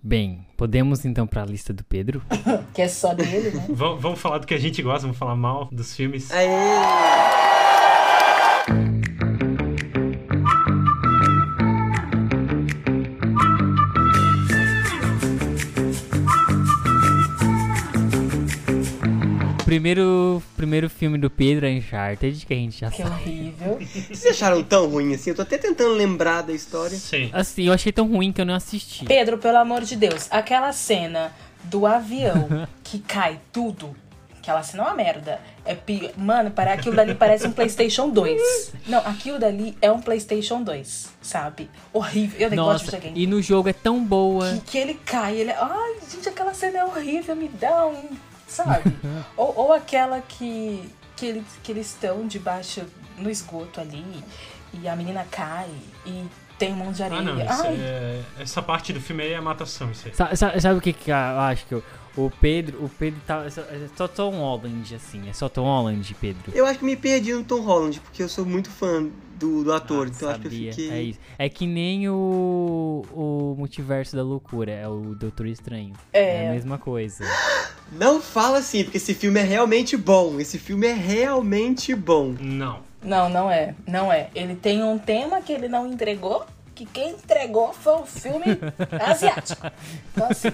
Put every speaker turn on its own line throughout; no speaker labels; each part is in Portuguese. Bem, podemos então para a lista do Pedro?
Que é só dele, né?
Vamos, vamos falar do que a gente gosta, vamos falar mal dos filmes.
Aê!
Primeiro, primeiro filme do Pedro é Uncharted, que a gente já
Que é
sabe.
horrível.
Vocês acharam tão ruim assim? Eu tô até tentando lembrar da história.
Sim.
Assim, eu achei tão ruim que eu não assisti.
Pedro, pelo amor de Deus, aquela cena do avião que cai tudo, aquela cena é uma merda. É pi... Mano, para aquilo dali parece um PlayStation 2. Não, aquilo dali é um PlayStation 2, sabe? Horrível. Eu nem gosto de
Nossa,
videogame.
e no jogo é tão boa.
Que, que ele cai, ele. Ai, gente, aquela cena é horrível, me dá um. Sabe? ou, ou aquela que, que, ele, que eles estão debaixo no esgoto ali e a menina cai e tem um monte de areia.
Ah, não. isso
Ai,
é- essa parte do filme aí é matação, isso aí.
Sa- sa- Sabe, o que, que eu acho que eu- o Pedro, o Pedro tá é só- é só Tom Holland assim, é só Tom Holland, Pedro.
Eu acho que me perdi no Tom Holland, porque eu sou muito fã do, do ator,
Ah,
então acho que eu
sabia,
fiquei.
É isso. É que nem o, o multiverso da loucura, é o Doutor Estranho.
É.
a mesma coisa.
Não fala assim, porque esse filme é realmente bom. Esse filme é realmente bom.
Não.
Não, não é. Não é. Ele tem um tema que ele não entregou, que quem entregou foi o filme asiático. Então, assim,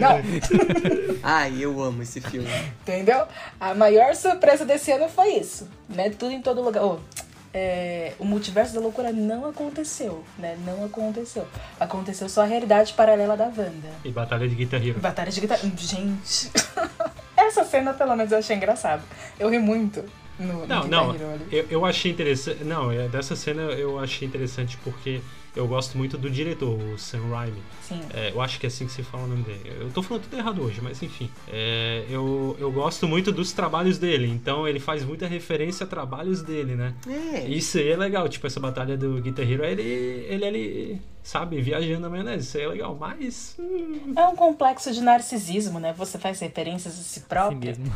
não.
Ai, eu amo esse filme.
Entendeu? A maior surpresa desse ano foi isso, né? Tudo em todo lugar. Ô, é, o multiverso da loucura não aconteceu, né? Não aconteceu. Aconteceu só a realidade paralela da Wanda.
E Batalha de Guitar Hero.
Batalha de guitarra. Gente. Essa cena, pelo menos, eu achei engraçada. Eu ri muito no,
Não,
no
não.
Guitar Hero ali.
Eu, eu achei interessante. Não, é, dessa cena eu achei interessante porque eu gosto muito do diretor, o Sam Raimi.
Sim.
É, eu acho que é assim que se fala o nome dele. Eu tô falando tudo errado hoje, mas enfim. É, eu, eu gosto muito dos trabalhos dele, então ele faz muita referência a trabalhos dele, né?
É.
Isso aí é legal, tipo, essa batalha do Guitar Hero, ele, ele, ele sabe, viajando na maionese, isso aí é legal, mas... hum,
É um complexo de narcisismo, né? Você faz referências a si
Assim
próprio.
mesmo.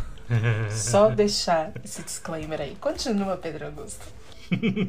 Só deixar esse disclaimer aí. Continua, Pedro Augusto.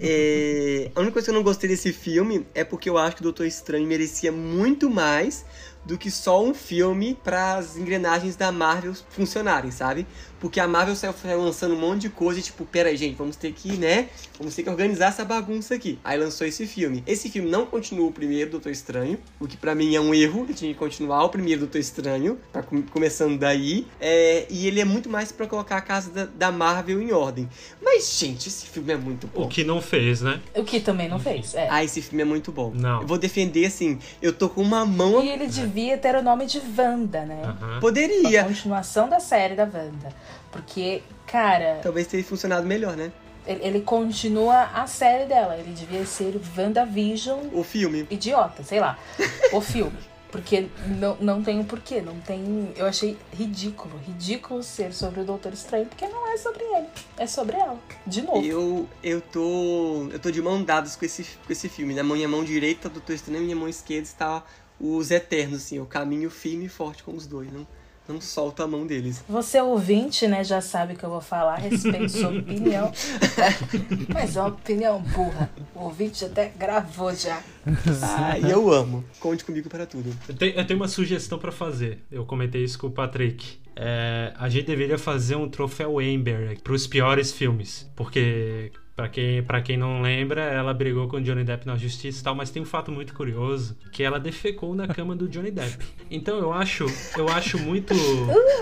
É, a única coisa que eu não gostei desse filme é porque eu acho que o Doutor Estranho merecia muito mais do que só um filme para as engrenagens da Marvel funcionarem, sabe? Porque a Marvel saiu, saiu lançando um monte de coisa e tipo, pera aí, gente, vamos ter que, né? Vamos ter que organizar essa bagunça aqui. Aí lançou esse filme. Esse filme não continua o primeiro Doutor Estranho, o que pra mim é um erro. Ele tinha que continuar o primeiro Doutor Estranho, tá com- começando daí. É, e ele é muito mais pra colocar a casa da, da Marvel em ordem. Mas, gente, esse filme é muito bom.
o que não fez, né?
O que também não fez. É.
Ah, esse filme é muito bom.
Não.
Eu vou defender, assim, eu tô com uma mão...
E ele devia ter o nome de Wanda, né?
Aham.
A
Poderia.
continuação da série da Wanda. Porque, cara,
Talvez tenha funcionado melhor, né?
ele, ele continua a série dela. Ele devia ser WandaVision
O filme.
idiota, sei lá. o filme. Porque não, não tem o porquê, não tem. Eu achei ridículo, ridículo ser sobre o Doutor Estranho, porque não é sobre ele, é sobre ela. De novo.
Eu, eu tô. Eu tô de mão dadas com esse, com esse filme. Na minha mão direita do Doutor Estranho, na minha mão esquerda está os Eternos, assim. Eu caminho firme e forte com os dois. Não, não solto a mão deles.
Você ouvinte, né, já sabe o que eu vou falar a respeito de sua opinião. Mas é uma opinião burra. O ouvinte até gravou já.
Ah, e eu amo. Conte comigo para tudo.
Eu, te- eu tenho uma sugestão pra fazer, eu comentei isso com o Patrick. É, a gente deveria fazer um troféu Amber pros piores filmes, porque... Pra quem, pra quem não lembra, ela brigou com o Johnny Depp na justiça e tal, mas tem um fato muito curioso, que ela defecou na cama do Johnny Depp. Então eu acho, eu acho muito,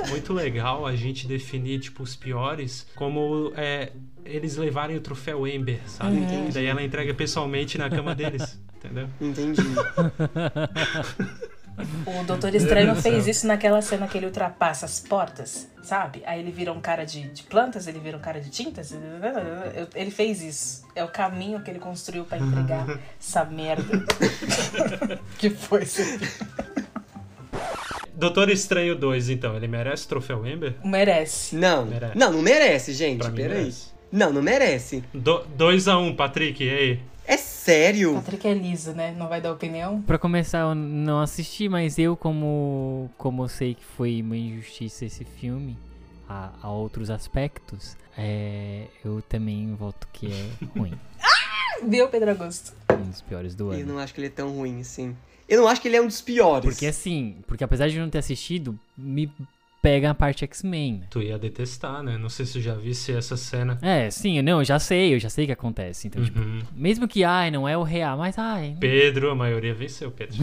muito legal a gente definir, tipo, os piores como é, eles levarem o troféu Amber, sabe?
Uhum.
E daí ela entrega pessoalmente na cama deles, entendeu?
Entendi.
O Doutor Estranho
Meu Deus do
fez
céu.
isso naquela cena que ele ultrapassa as portas, sabe? Aí ele vira um cara de, de plantas, ele vira um cara de tintas. eu- Ele fez isso. É o caminho que ele construiu pra entregar essa merda. que foi isso?
Doutor Estranho 2, então, ele merece o troféu Ember?
Merece.
Não.
Merece.
Não, não merece, gente.
Pra mim,
Peraí.
merece.
Não, não merece.
2x1, um, Patrick, e aí?
É
Tá
sério.
Patrick é liso, né? Não vai dar opinião?
Pra começar, eu não assisti, mas eu, como, como eu sei que foi uma injustiça esse filme, a, a outros aspectos, é, eu também voto que é ruim.
Viu, Pedro Augusto?
Um dos piores do
Eu
ano.
não acho que ele é tão ruim, assim. Eu não acho que ele é um dos piores.
Porque assim, porque apesar de eu não ter assistido, me pega a parte X-Men. né?
Tu ia detestar, né? Não sei se eu já visse essa cena.
É, sim, eu- não, eu já sei, eu já sei o que acontece. Então, tipo,
Uhum.
mesmo que, ai, não é o real, mas, ai,
Pedro, a maioria venceu, Pedro.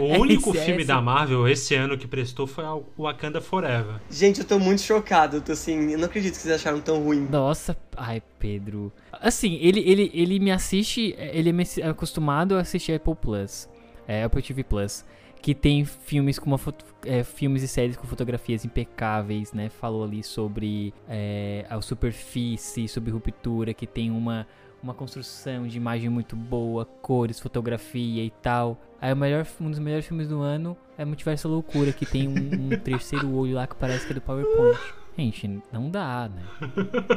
O
É
único
isso, é
filme
isso.
da Marvel esse ano que prestou foi o Wakanda Forever.
Gente, eu tô muito chocado. Eu tô assim, eu não acredito que vocês acharam tão ruim.
Nossa, ai, Pedro. Assim, ele, ele, ele me assiste, ele é me- é acostumado a assistir Apple Plus, é, Apple TV Plus, que tem filmes com uma foto, é, filmes e séries com fotografias impecáveis, né? Falou ali sobre é, a superfície, sobre ruptura, que tem uma, uma construção de imagem muito boa, cores, fotografia e tal. Aí o melhor, um dos melhores filmes do ano é Multiverso da Loucura, que tem um, um terceiro olho lá que parece que é do PowerPoint. Gente, não dá, né?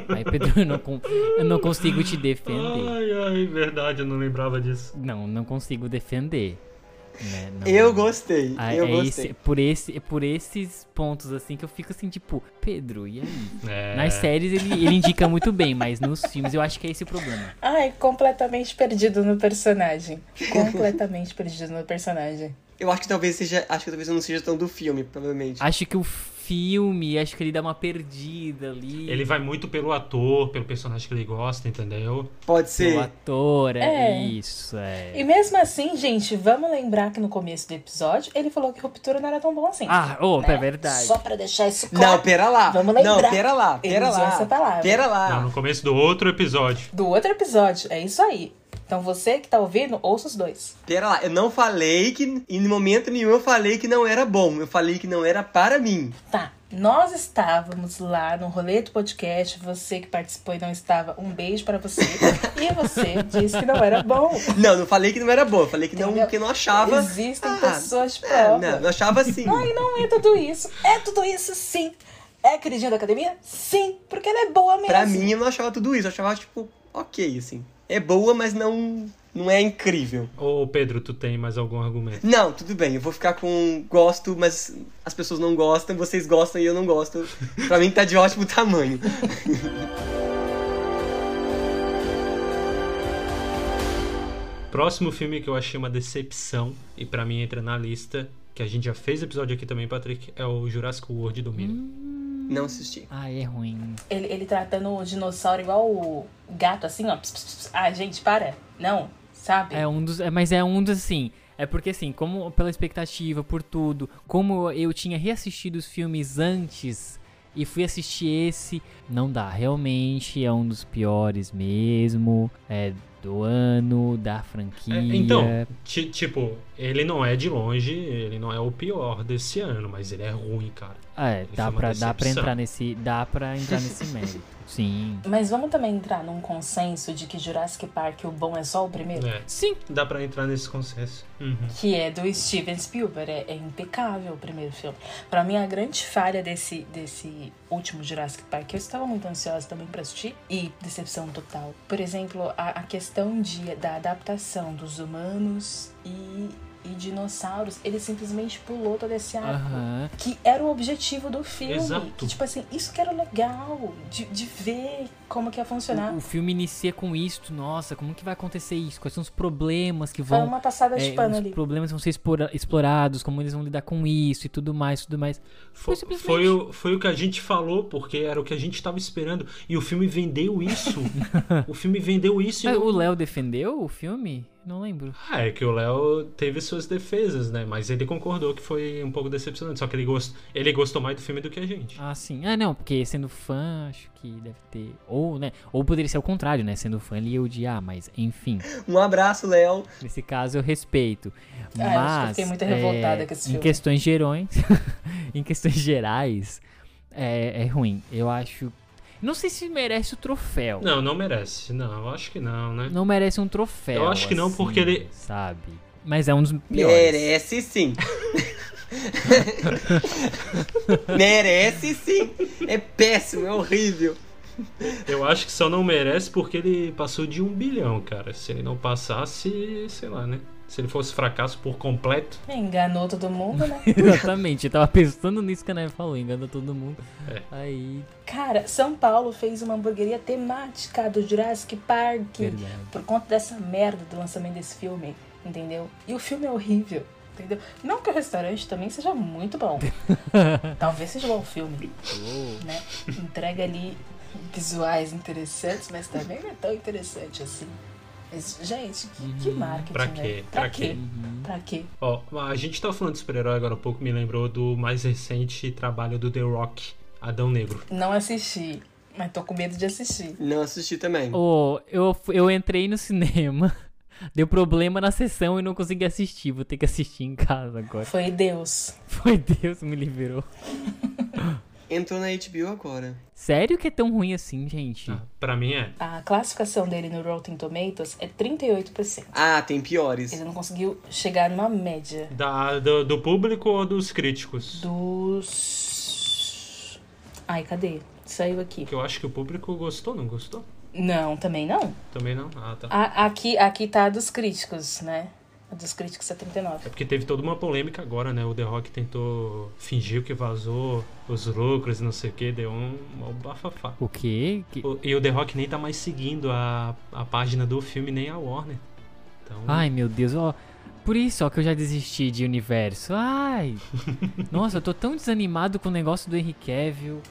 Aí, Pedro, eu não, con- eu não consigo te defender.
Ai, ai, verdade, eu não lembrava disso.
Não, não consigo defender. né? Não-
Eu gostei,
Ah,
eu
é
gostei.
esse- por, esse, é por esses pontos, assim, que eu fico assim, tipo, Pedro, e aí?
É,
Nas séries ele, ele indica muito bem, mas nos filmes eu acho que é esse o problema.
Ai, completamente perdido no personagem. Completamente perdido no personagem.
Eu acho que talvez seja. Acho que talvez eu não seja tão do filme, provavelmente.
Acho que o filme, acho que ele dá uma perdida ali.
Ele vai muito pelo ator, pelo personagem que ele gosta, entendeu?
Pode
O
ser.
ator, é
É.
isso, é.
E mesmo assim, gente, vamos lembrar que no começo do episódio ele falou que ruptura não era tão bom assim.
Ah, oh,
né?
é verdade.
Só pra deixar isso claro.
Não, pera lá.
Vamos lembrar.
Não, pera lá,
Ele
pera
usou
lá.
essa palavra.
Pera
Não,
lá.
no começo do outro episódio.
Do outro episódio, é isso aí. Então você que tá ouvindo, ouça os dois.
Pera lá. Eu não falei que. Em momento nenhum eu falei que não era bom. Eu falei que não era para mim.
Tá, nós estávamos lá no rolê do podcast, você que participou e não estava, um beijo pra você. e você disse que não era bom.
Não, não falei que não era bom. Eu falei que não,
Entendeu?
que eu não achava.
Existem
Ah,
pessoas
É,
prova.
não, não achava assim.
Ai, não é tudo isso. É tudo isso sim. É queridinha da academia? Sim, porque ela é boa mesmo.
Pra mim, eu não achava tudo isso. Eu achava, tipo, ok, assim. É boa, mas não, não é incrível.
Ô, Pedro, tu tem mais algum argumento?
Não, tudo bem. Eu vou ficar com um gosto, mas as pessoas não gostam. Vocês gostam e eu não gosto. Pra mim, tá de ótimo tamanho.
Próximo filme que eu achei uma decepção, e pra mim entra na lista, que a gente já fez episódio aqui também, Patrick, é o Jurassic World Dominion.
Não assisti.
Ai, é ruim.
Ele, ele tratando o dinossauro igual o gato, assim, ó. Ps, ps, ps, ps. Ah, gente, para. Não, sabe?
É um dos, é, mas é um dos assim. É porque assim, como pela expectativa, por tudo, como eu tinha reassistido os filmes antes e fui assistir esse, não dá. Realmente é um dos piores mesmo. É do ano, da franquia.
É, então,
Hum.
ti- tipo, ele não é de longe, ele não é o pior desse ano, mas ele é ruim, cara.
Ah, é,
foi
dá
uma
pra, dá pra
decepção.
entrar nesse. Dá pra entrar nesse mérito. Sim.
Mas vamos também entrar num consenso de que Jurassic Park o bom é só o primeiro?
É,
Sim.
dá pra entrar nesse consenso. Uhum.
Que é do Steven Spielberg. É, é impecável o primeiro filme. Pra mim, a grande falha desse, desse último Jurassic Park, eu estava muito ansiosa também pra assistir, e decepção total. Por exemplo, a, a questão de, da adaptação dos humanos e, e dinossauros, ele simplesmente pulou todo esse arco.
Aham.
que era o objetivo do filme.
Exato.
Que, tipo assim, isso que era legal de, de ver como que ia funcionar.
O, o filme inicia com isto. Nossa, como que vai acontecer isso? Quais são os problemas que
Foi
vão
uma passada de
É,
pano
os
ali.
problemas vão ser explora- explorados, como eles vão lidar com isso e tudo mais, tudo mais.
Foi,
simplesmente-
foi o, foi o que a gente falou, porque era o que a gente tava esperando. E o filme vendeu isso. o filme vendeu isso. e
Mas
não-
o
um
Léo defendeu o filme? Não lembro.
Ah, é que o Léo teve suas defesas, né? Mas ele concordou que foi um pouco decepcionante. Só que ele, gost... ele gostou mais do filme do que a gente.
Ah, sim. Ah, não, porque sendo fã, acho que deve ter. Ou, né? Ou poderia ser o contrário, né? Sendo fã, ele ia odiar, mas enfim.
Um abraço, Léo.
Nesse caso eu respeito.
Ah, eu
mas. é,
acho que eu fiquei muito revoltada com esse
Em
filme.
questões gerões. em questões gerais, é, é ruim. Eu acho. Não sei se merece o troféu.
Não, não merece. Não, eu acho que não, né?
Não merece um troféu.
Eu acho que não,
assim,
porque ele-
Sabe? Mas é um dos piores.
Merece sim. Merece sim. É péssimo, é horrível.
Eu acho que só não merece porque ele passou de um bilhão, cara. Se ele não passasse, sei lá, né? Se ele fosse fracasso por completo.
Enganou todo mundo, né?
Exatamente, eu tava pensando nisso que a Neve falou, engana todo mundo.
É.
Aí,
Cara, São Paulo fez uma hamburgueria temática do Jurassic Park.
verdade.
por conta dessa merda do lançamento desse filme, entendeu? E o filme é horrível, entendeu? Não que o restaurante também seja muito bom. Talvez seja um bom o filme,
Uou.
Oh.
né? Entrega ali visuais interessantes, mas também não é tão interessante assim. Mas, gente, que, que marketing,
Uhum. Pra quê?
né?
Pra quê?
Uhum.
Pra quê?
Ó, a gente tava falando de super-herói agora há pouco, me lembrou do mais recente trabalho do The Rock, Adão Negro.
Não assisti, mas tô com medo de assistir.
Não assisti também.
Ô, eu, fu- eu entrei no cinema, deu problema na sessão e não consegui assistir. Vou ter que assistir em casa agora.
Foi Deus.
Foi Deus, me liberou.
Entrou na HBO agora.
Sério que é tão ruim assim, gente?
Ah, pra mim é.
A classificação dele no Rotten Tomatoes é 38%.
Ah, tem piores.
Ele não conseguiu chegar numa média.
Da, do, do público ou dos críticos?
Dos. Ai, cadê? Saiu aqui.
Que eu acho que o público gostou, não gostou?
Não, também não.
Também não? Ah, tá.
A- aqui, aqui tá a dos críticos, né? A dos críticos é
É
39.
porque teve toda uma polêmica agora, né? O The Rock tentou fingir que vazou os lucros e não sei o que, deu um, um bafafá.
O quê? Que-
O- E o The Rock nem tá mais seguindo a, a página do filme, nem a Warner. Então,
Ai, meu Deus, ó. Por isso, ó, que eu já desisti de universo. Ai. Nossa, eu tô tão desanimado com o negócio do Henry Cavill.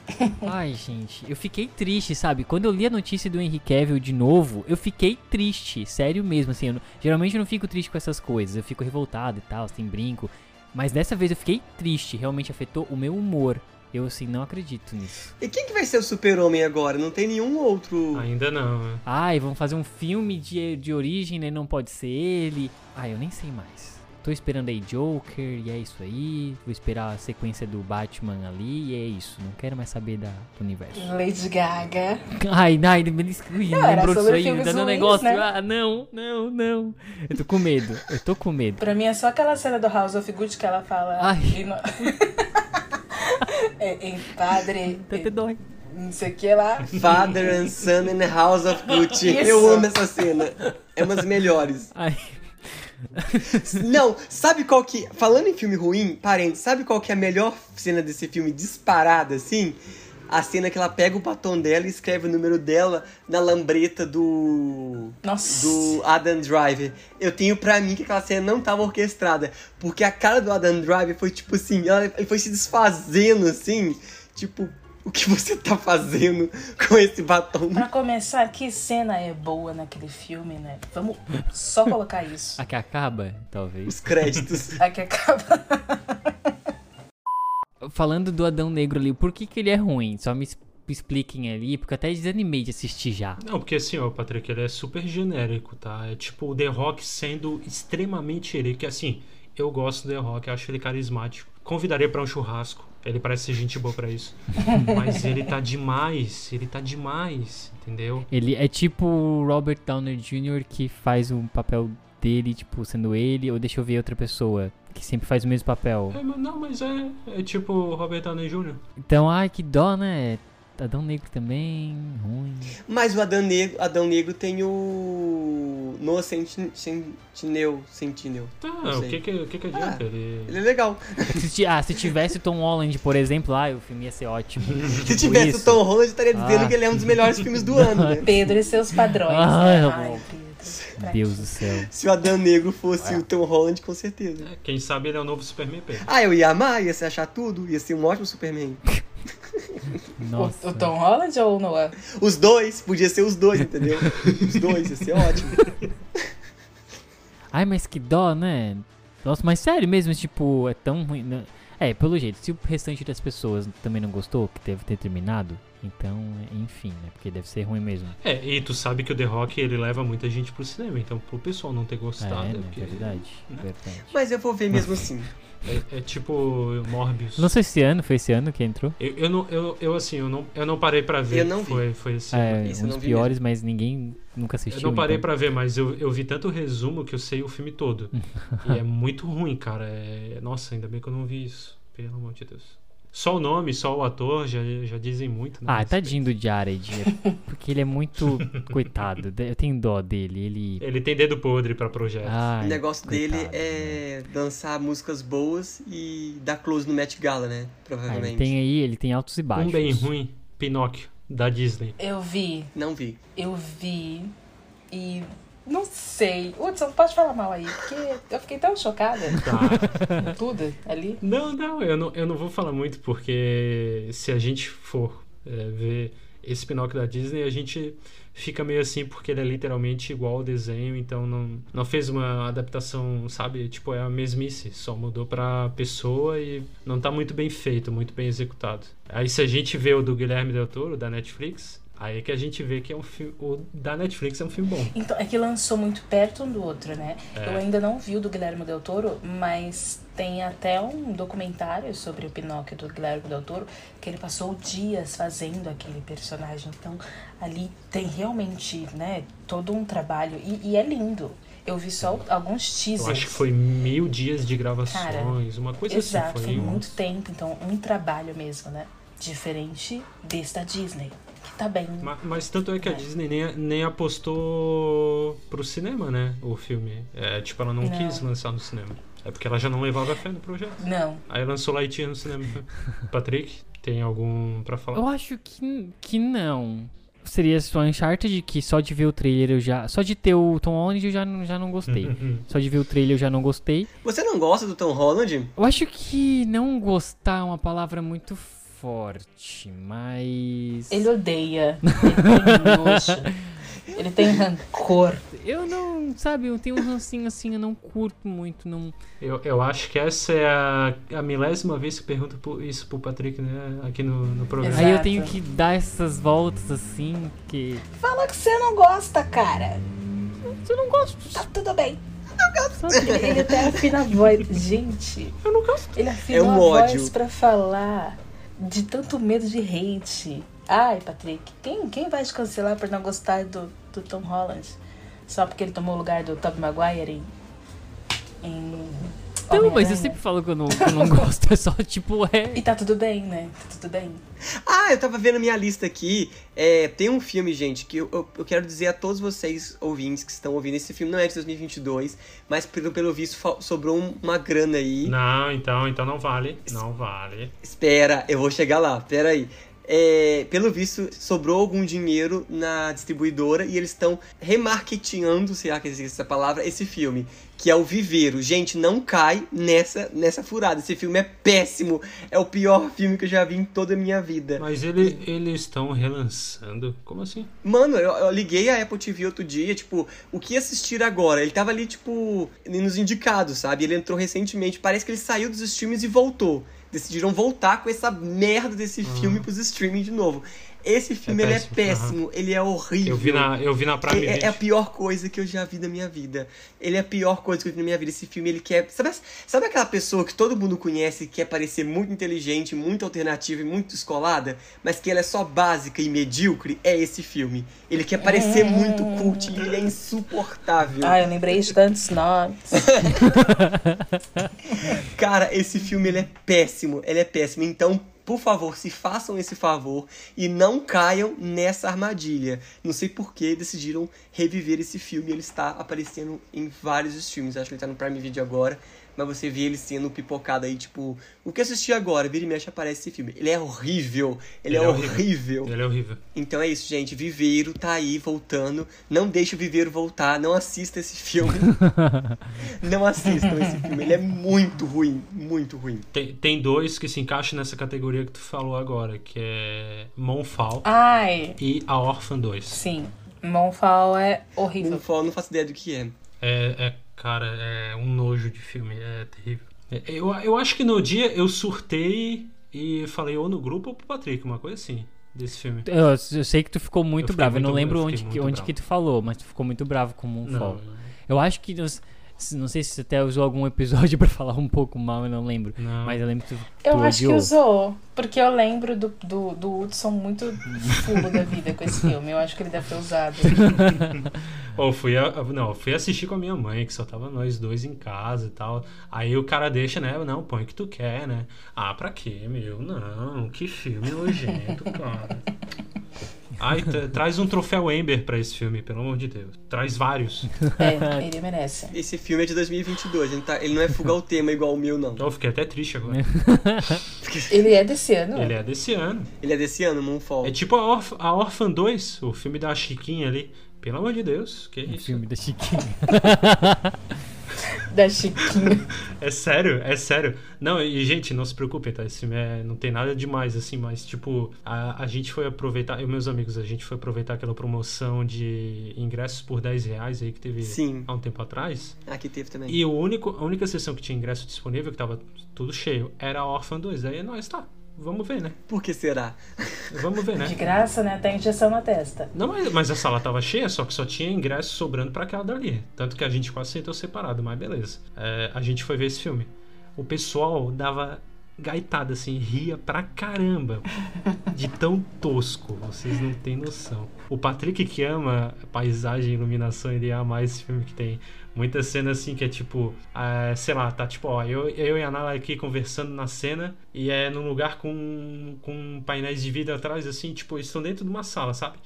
Ai, gente, eu fiquei triste, sabe? Quando eu li a notícia do Henry Cavill de novo, eu fiquei triste, sério mesmo, assim. eu não- geralmente eu não fico triste com essas coisas, eu fico revoltado e tal, sem brinco. Mas dessa vez eu fiquei triste, realmente afetou o meu humor. Eu, assim, não acredito nisso.
E quem que vai ser o super-homem agora? Não tem nenhum outro.
ainda não. né?
Ai, vamos fazer um filme de, de origem, né? Não pode ser ele. Ai, eu nem sei mais. Tô esperando aí Joker, e é isso aí. Vou esperar a sequência do Batman ali, e é isso. Não quero mais saber da, do universo.
Lady Gaga.
Ai, ai, me des- ui,
Não, era
lembrou disso
sobre
aí, me
filmes
dá um
ruins,
negócio.
né?
Ah, não, não, não. Eu tô com medo, eu tô com medo.
Pra mim é só aquela cena do House of Good que ela fala.
Ai.
"E no- É, em padre.
Até te dói.
em Não sei o que lá.
Father and Son in the House of Gucci.
Isso.
Eu amo essa cena. É uma das melhores.
Ai,
Não, sabe qual que. Falando em filme ruim, parente, sabe qual que é a melhor cena desse filme disparada, assim? A cena que ela pega o batom dela e escreve o número dela na lambreta do.
Nossa.
do Adam Driver. Eu tenho pra mim que aquela cena não tava orquestrada. Porque a cara do Adam Driver foi tipo assim, ela- ele foi se desfazendo assim. Tipo, o que você tá fazendo com esse batom?
Pra começar, que cena é boa naquele filme, né? Vamos só colocar isso.
a que acaba, talvez.
Os créditos.
Aqui acaba.
falando do Adão Negro ali, por que, que ele é ruim? Só me es- me expliquem ali, porque eu até desanimei de assistir já.
Não, porque assim, ó, Patrick, ele é super genérico, tá? É tipo o The Rock sendo extremamente ele, que assim, eu gosto do The Rock, acho ele carismático. Convidaria pra um churrasco. Ele parece ser gente boa pra isso. Mas ele tá demais, ele tá demais, entendeu?
Ele é tipo o Robert Downer Jr. que faz um papel dele, tipo, sendo ele, ou deixa eu ver outra pessoa que sempre faz o mesmo papel.
É, mas- não, mas é, é tipo o Robert Downey Jr.
Então, ai, que dó, né? Adão Negro também, ruim.
Mas o Adão Negro, Adão Negro tem o. Noah Sentin- Sentinel. Sentinel.
Tá,
Não
o
sei.
que que, o que que adianta?
Ele
Ele...
é legal.
Se ti- ah, se tivesse o Tom Holland, por exemplo, ai, o filme ia ser ótimo. Tipo
Se tivesse o
isso.
Tom Holland, eu estaria dizendo
Ah.
que ele é um dos melhores filmes do ano, né?
Pedro e seus padrões.
Ai,
né?
amor.
Pedro. pra
é Deus do céu.
Se o Adão Negro fosse
É.
o Tom Holland, com certeza.
É, Quem sabe ele é o novo Superman Pedro.
Ah, eu ia amar, ia se achar tudo, ia ser um ótimo Superman.
Nossa.
O, o Tom Holland ou o Noah?
Os dois, podia ser os dois, entendeu? Os dois, ia ser ótimo.
Ai, mas que dó, né? Nossa, mas sério mesmo, tipo, é tão ruim. né? É, pelo jeito, se o restante das pessoas também não gostou, que deve ter terminado, então, é, enfim, né? Porque deve ser ruim mesmo.
É, e tu sabe que o The Rock ele leva muita gente pro cinema, então pro pessoal não ter
É,
gostado.
né?
porque-
Verdade, verdade.
Mas eu vou ver mesmo assim.
É, é tipo Morbius.
Não sei se esse ano, foi esse ano que entrou.
Eu, eu não, eu, eu assim, eu não, eu não parei pra ver.
Eu não vi.
Foi, foi assim.
É,
isso eu
um dos
não vi
piores, mas ninguém nunca assistiu.
Eu não parei
então.
pra ver, mas eu, eu vi tanto resumo que eu sei o filme
Uhum.
todo. e é muito ruim, cara. É- Nossa, ainda bem que eu não vi isso. Pelo amor de Deus. Só o nome, só o ator, já, já dizem muito. né, a
Ah,
respeito.
tadinho do Jared. é Porque ele é muito. Coitado. de- Eu tenho dó dele. Ele.
Ele tem dedo podre pra projetos.
Ai,
o negócio dele
coitado, né?
é dançar músicas boas e dar close no Met Gala,
Ah,
né?
ele
Provavelmente.
tem aí, ele tem altos e Ah, baixos.
um bem ruim, Pinóquio, da Disney.
Eu vi,
Não vi.
eu vi e não sei. Hudson, pode falar mal aí, porque eu fiquei tão chocada
Tá.
com tudo ali.
Não, não eu, não, eu não vou falar muito, porque se a gente for é, ver esse Pinóquio da Disney, a gente fica meio assim, porque ele é literalmente igual ao desenho, então não, não fez uma adaptação, sabe? Tipo, é a mesmice, só mudou pra pessoa e não tá muito bem feito, muito bem executado. Aí se a gente vê o do Guilherme Del Toro, da Netflix, aí é que a gente vê que é um filme, o da Netflix é um filme bom.
Então, é que lançou muito perto um do outro, né?
É.
Eu ainda não vi o do Guilherme Del Toro, mas tem até um documentário sobre o Pinóquio do Guilherme Del Toro, que ele passou dias fazendo aquele personagem. Então, ali tem realmente, né, todo um trabalho. E, e é lindo. Eu vi só alguns teasers.
Eu acho que foi mil dias de gravações, uma coisa
Exato,
assim.
foi
Foi um-
muito tempo, então um trabalho mesmo, né? Diferente desse da Disney, que tá bem.
Ma- Mas, tanto é que a Disney nem, nem apostou pro cinema, né? O filme. É, tipo, ela não,
Não.
quis lançar no cinema. É porque ela já não levava fé no projeto.
Não,
Aí lançou Lightyear no cinema. Patrick, tem algum pra falar?
Eu acho que, que não. Seria só Uncharted, que só de ver o trailer eu já. Só de ter o Tom Holland eu já, não- já não gostei.
Uhum.
Só de ver o trailer eu já não gostei.
Você não gosta do Tom Holland?
Eu acho que não gostar é uma palavra muito forte, mas.
ele odeia, ele tem nojo, ele tem rancor.
Eu não, sabe, eu tenho um rancinho assim, eu não curto muito, não.
Eu, eu acho que essa é a, a milésima vez que eu pergunto por- isso pro Patrick, né? Aqui no, no programa.
Aí eu
Exato.
tenho que dar essas voltas assim, que.
Fala que você não gosta, cara.
Eu não gosto. Então,
Tá tudo bem. Tá Ele, ele é até afina a voz. Gente, eu não gosto. Ele afina
É um
a
ódio.
voz pra falar de tanto medo de hate. Ai, Patrick, quem, quem vai te cancelar por não gostar do, do Tom Holland? Só porque ele tomou o lugar do Tobey Maguire em. em
Então, mas eu
Homem-Aranha?
sempre falo que eu não, que eu não gosto, é só tipo, é.
E tá tudo bem, né? Tá tudo bem.
Ah, eu tava vendo minha lista aqui. É, tem um filme, gente, que eu, eu- eu quero dizer a todos vocês ouvintes que estão ouvindo. Esse filme não é de 2022, mas pelo, pelo visto fal- sobrou um- uma grana aí.
Não, então, então não vale. Não vale.
Espera, eu vou chegar lá, pera aí. É, pelo visto, sobrou algum dinheiro na distribuidora e eles estão remarketeando, será que existe essa palavra, esse filme, que é o Viveiro. Gente, não cai nessa, nessa furada. Esse filme é péssimo. É o pior filme que eu já vi em toda a minha vida.
Mas ele, eles estão relançando. Como assim?
Mano, eu, eu liguei a Apple TV outro dia, tipo, o que assistir agora? Ele tava ali, tipo, nos indicados, sabe? Ele entrou recentemente. Parece que ele saiu dos streams e voltou. Decidiram voltar com essa merda desse filme pros streaming de novo. Esse filme, ele
Hum. péssimo,
é péssimo, ele é horrível.
Eu vi na, eu vi na Prime
É- É, é
Video.
a pior coisa que eu já vi na minha vida. Ele é a pior coisa que eu vi na minha vida. Esse filme, ele quer. Sabe, sabe aquela pessoa que todo mundo conhece, que quer parecer muito inteligente, muito alternativa e muito descolada, mas que ela é só básica e medíocre? É esse filme. Ele quer parecer muito cult e ele é insuportável.
Ah, eu lembrei de tantos nomes.
Cara, esse filme ele é péssimo, ele é péssimo. Então, por favor, se façam esse favor e não caiam nessa armadilha. Não sei por que decidiram reviver esse filme. Ele está aparecendo em vários streams. Acho que ele tá no Prime Video agora. Mas você vê ele sendo pipocado aí, tipo, o que assistir agora? Vira e mexe aparece esse filme. Ele é horrível. Ele, é, horrível.
Ele é horrível.
Então é isso, gente. Viveiro tá aí voltando. Não deixe o Viveiro voltar. Não assista esse filme. não assistam esse filme. Ele é muito ruim. Muito ruim.
Tem, tem dois que se encaixam nessa categoria que tu falou agora, que é Monfal
Ah. Ai,
e A Orphan 2.
sim. Monfal é
Não,
horrível.
fa- não faço ideia do que é.
É, é, cara, é um nojo de filme, é terrível. É, Eu, eu acho que no dia eu surtei e falei ou no grupo ou pro Patrick, uma coisa assim, desse filme.
Eu, eu sei que tu ficou muito
fiquei
bravo, eu não
muito-
lembro
eu
onde,
fiquei
que,
muito
onde que tu falou, mas tu ficou muito bravo com o Moonfall.
Não, não.
Eu acho que. nos- Não sei se você até usou algum episódio pra falar um pouco mal, eu não lembro.
Não.
Mas eu lembro que tu,
Eu
tu
acho que
odiou.
usou, porque eu lembro do, do, do Hudson muito fulo da vida com esse filme. Eu acho que ele deve ter usado.
Ou fui, a- não, fui assistir com a minha mãe, que só tava nós dois em casa e tal. Aí o cara deixa, né? Não, põe o que tu quer, né? Ah, pra quê, meu? Não, que filme nojento, cara. Ai, tra- traz um troféu Ember pra esse filme, pelo amor de Deus. Traz vários.
É, ele merece.
Esse filme é de 2022, ele, tá- ele não é fugar o tema igual o meu, não.
Eu fiquei até triste agora.
Ele é desse ano?
Ele é desse ano.
Ele é desse ano, Moonfall.
É tipo a, Orf a Orphan 2, o filme da Chiquinha ali. Pelo amor de Deus, que
O
É isso?
filme da Chiquinha.
Da Chiquinha.
É sério, é sério. Não, e gente, não se preocupem, tá? Esse filme é- não tem nada demais, assim, mas tipo, a, a gente foi aproveitar, eu e meus amigos, a gente foi aproveitar aquela promoção de ingressos por 10 reais aí que teve
Sim.
há um tempo atrás.
Aqui teve também.
E o único, a única sessão que tinha ingresso disponível, que tava tudo cheio, era a Orphan 2. Daí nós, tá, vamos ver, né?
Por que será?
Vamos ver,
De
né?
graça, né? Até injeção na testa.
Não, mas, mas a sala tava cheia, só que só tinha ingresso sobrando pra aquela dali. Tanto que a gente quase sentou separado, mas beleza. É, a gente foi ver esse filme. O pessoal dava gaitada, assim, ria pra caramba. De tão tosco, vocês não têm noção. O Patrick que ama paisagem e iluminação, ele ama esse filme que tem muita cena assim que é tipo, ah, sei lá, tá tipo, ó, eu, eu e a Nala aqui conversando na cena e é num lugar com, com painéis de vidro atrás, assim, tipo, eles estão dentro de uma sala, sabe?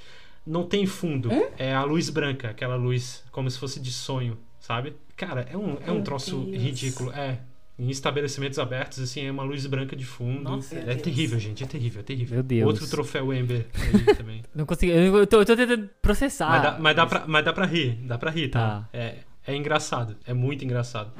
Não tem fundo, é a luz branca, aquela luz, como se fosse de sonho, sabe? Cara, é um, é um
Meu
troço
Deus.
ridículo, é. Em estabelecimentos abertos, assim, é uma luz branca de fundo.
Nossa,
é
meu Deus.
terrível, gente, é terrível, é terrível.
Meu Deus.
Outro troféu Ember aí também.
Não consegui. Eu tô, eu tô tentando processar.
mas, dá, mas, dá pra, mas dá pra rir, dá pra rir, tá?
Tá.
É, é engraçado, é muito engraçado.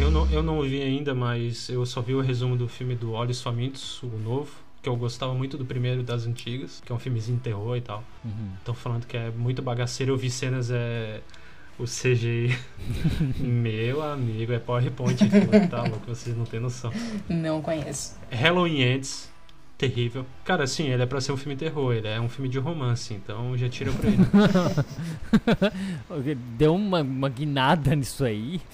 Eu não, eu não vi ainda, mas eu só vi o resumo do filme do Olhos Famintos, o novo, que eu gostava muito do primeiro das antigas, que é um filmezinho de terror e tal.
Uhum.
Estão falando que é muito bagaceiro. Eu vi cenas, é. O CGI. Meu amigo, é PowerPoint aquilo, tá louco? Vocês não têm noção.
Não conheço.
Halloween Ends, terrível. Cara, assim, ele é pra ser um filme terror, ele é um filme de romance, então já tira pra ele.
Deu uma, uma guinada nisso aí.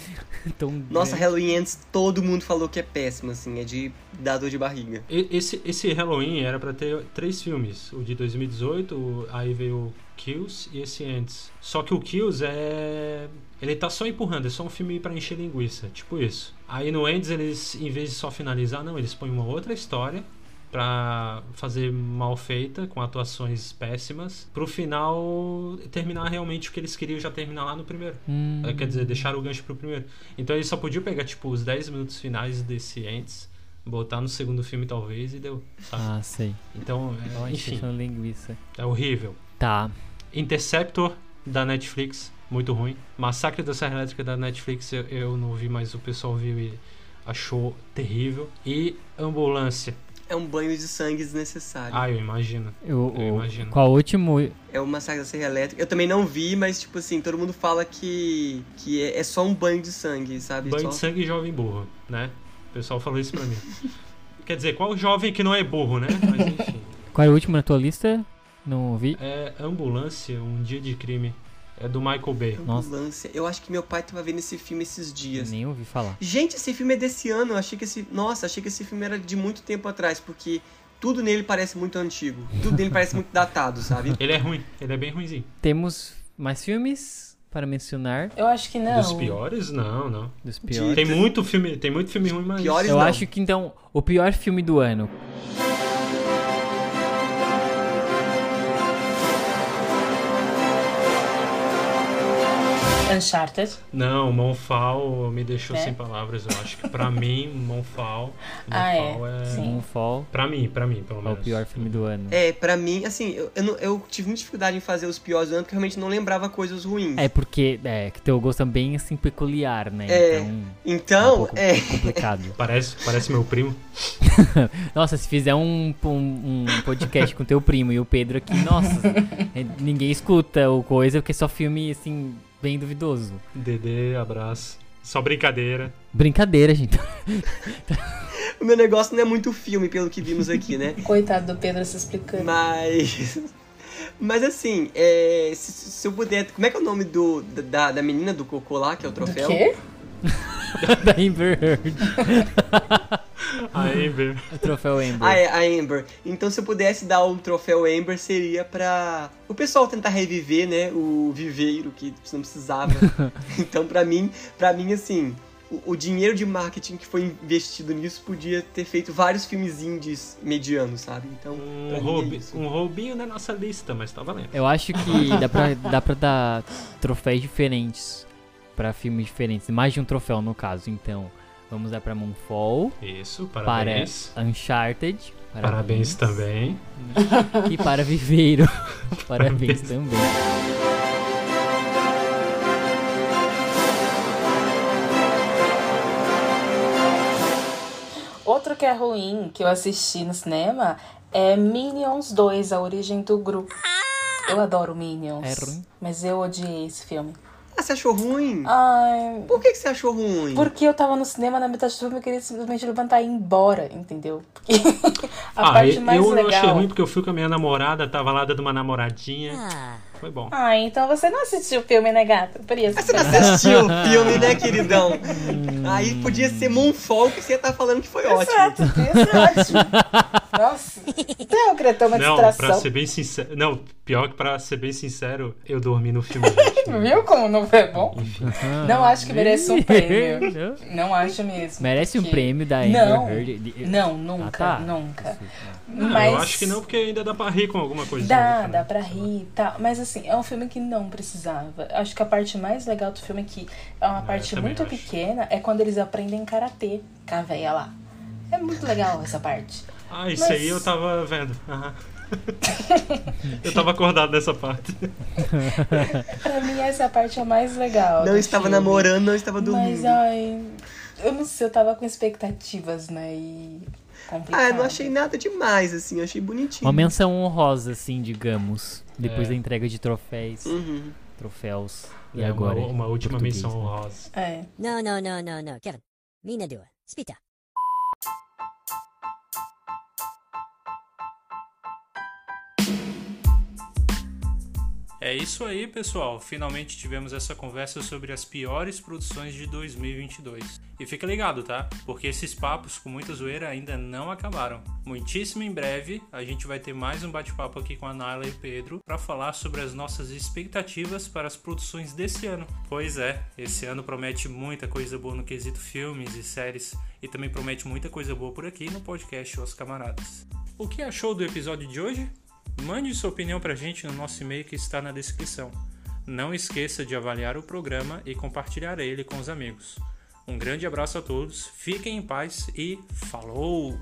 Então,
Nossa,
é,
Halloween Ends, todo mundo falou que é péssimo, assim, é de dar dor de barriga.
E- Esse, esse Halloween era pra ter três filmes. O de 2018, o- aí veio o Kills e esse Ends. Só que o Kills é. Ele tá só empurrando, é só um filme pra encher linguiça. Tipo isso. Aí no Ends eles, em vez de só finalizar, não, eles põem uma outra história pra fazer mal feita, com atuações péssimas. Pro final terminar realmente o que eles queriam já terminar lá no primeiro.
hum,
É, Quer dizer, deixaram o gancho pro primeiro. Então ele só podia pegar, tipo, os 10 minutos finais desse antes, botar no segundo filme, talvez, e deu. Sabe?
Ah, sei.
Então, é-
Então,
tá. enfim,
encheção de linguiça.
é horrível.
Tá.
Interceptor da Netflix, muito ruim. Massacre da Serra Elétrica da Netflix, eu, eu não vi, mas o pessoal viu e achou terrível. E Ambulância.
É um banho de sangue desnecessário.
Ah, eu imagino.
Eu,
Eu
o-
imagino.
Qual o último?
É uma saga da Serra Elétrica. Eu também não vi, mas, tipo assim, todo mundo fala que, que é, é só um banho de sangue, sabe?
Banho
Só-
de sangue e jovem burro, né? O pessoal falou isso pra mim. Quer dizer, qual jovem que não é burro, né? Mas enfim.
Qual é o último na tua lista? Não ouvi.
É Ambulância, Um Dia de Crime. É do Michael Bay.
Nossa.
Ambulância. Eu acho que meu pai tava vendo esse filme esses dias.
Nem ouvi falar.
Gente, esse filme é desse ano. Eu achei que esse. Nossa, achei que esse filme era de muito tempo atrás, porque tudo nele parece muito antigo. Tudo nele parece muito datado, sabe?
Ele é ruim, ele é bem ruimzinho.
Temos mais filmes para mencionar
Eu acho que não.
Dos piores? Não, não.
dos piores.
Tem muito filme, tem muito filme ruim, mas
Piores
Eu
não.
acho que então o pior filme do ano.
Uncharted.
não, Monfal me deixou
É?
sem palavras, eu acho que pra mim Monfal, Monfal
Ah, é.
é,
Sim.
Moonfall
pra mim, pra mim, pelo
é o
menos.
pior filme do ano.
É, pra mim, assim, eu, eu, não- eu tive muita dificuldade em fazer os piores do ano, porque eu realmente não lembrava coisas ruins.
É porque é que teu gosto é bem assim peculiar, né?
É.
Então é um
Então,
pouco
é.
complicado.
Parece, parece meu primo.
Nossa, se fizer um, um, um podcast com teu primo e o Pedro aqui, nossa, é, ninguém escuta ou coisa, porque é só filme assim bem duvidoso.
Dedê, abraço. Só brincadeira.
Brincadeira, gente.
O meu negócio não é muito filme, pelo que vimos aqui, né?
Coitado do Pedro se explicando.
Mas. Mas assim, é, se, se eu puder. Como é que é o nome do, da, da menina do cocô lá, que é o
Do
troféu?
quê?
da Amber Heard.
A Amber.
O troféu Amber.
Ah, é, a Amber. Então, se eu pudesse dar um troféu Amber, seria pra o pessoal tentar reviver, né? O viveiro que não precisava. então, pra mim, pra mim assim, o, o dinheiro de marketing que foi investido nisso podia ter feito vários filmes indies medianos, sabe? Então, pra
Um,
mim é
roubi,
isso.
um roubinho na nossa lista, mas tá valendo.
Eu acho que dá pra, dá pra dar troféus diferentes pra filmes diferentes. Mais de um troféu, no caso. Então, vamos dar pra Moonfall,
Isso, parabéns.
para Uncharted.
Parabéns também.
E para Viveiro. parabéns
Parabéns.
também.
Outro que é ruim que eu assisti no cinema é Minions 2, A Origem do Grupo. Eu adoro Minions.
É ruim.
Mas eu odiei esse filme.
Ah, você achou ruim?
Ai.
Por que, que você achou ruim?
Porque eu tava no cinema na metade do filme e queria simplesmente levantar e ir embora, entendeu? Porque a
ah,
parte
eu
mais
eu não achei
legal.
ruim porque eu fui com a minha namorada, tava lá dando uma namoradinha. Foi bom.
Ai, então você não assistiu o filme, né, gata? Por isso.
Ah, você não assistiu o filme, né, queridão? Aí podia ser Moonfall que você tá falando que foi ótimo.
Exato, isso é ótimo. Nossa, até eu queria ter uma
Não, pra
distração.
ser bem sincero. Não, pior que pra ser bem sincero, eu dormi no filme. gente.
Viu como não foi bom? Não acho que merece um prêmio.
Não.
Não acho mesmo.
Merece um
porque-
prêmio da Amber
Não.
Heard. De-
Não, nunca,
Ah, tá.
nunca.
Não,
Mas
Ah, Eu acho que não, porque ainda dá pra rir com alguma né, coisa.
Dá, dá pra rir e tal. Mas assim, é um filme que não precisava. Acho que a parte mais legal do filme, que é uma
eu
parte
também
muito
acho.
pequena, é quando eles aprendem karatê com a véia lá. É muito legal essa parte.
Ah, isso
Mas-
aí eu tava vendo. Aham. eu tava acordado nessa parte.
Pra mim, essa parte é a mais legal.
Não
do
estava
filme.
namorando, não estava dormindo.
Mas ai. Eu não sei, eu tava com expectativas, né? E. Complicado.
Ah, eu não achei nada demais, assim, eu achei bonitinho.
Uma menção honrosa, assim, digamos. Depois da entrega de troféus.
Uhum.
Troféus. E
É,
agora?
Uma, uma última
português,
menção
né?
honrosa.
É.
No, no, no, no, no, Kevin. Mina dua. Spita.
É isso aí, pessoal. Finalmente tivemos essa conversa sobre as piores produções de 2022. E fica ligado, tá? Porque esses papos com muita zoeira ainda não acabaram. Muitíssimo em breve, a gente vai ter mais um bate-papo aqui com a Naila e o Pedro para falar sobre as nossas expectativas para as produções desse ano. Pois é, esse ano promete muita coisa boa no quesito filmes e séries e também promete muita coisa boa por aqui no podcast Os Camaradas. O que achou do episódio de hoje? Mande sua opinião pra gente no nosso e-mail que está na descrição. Não esqueça de avaliar o programa e compartilhar ele com os amigos. Um grande abraço a todos, fiquem em paz e falou!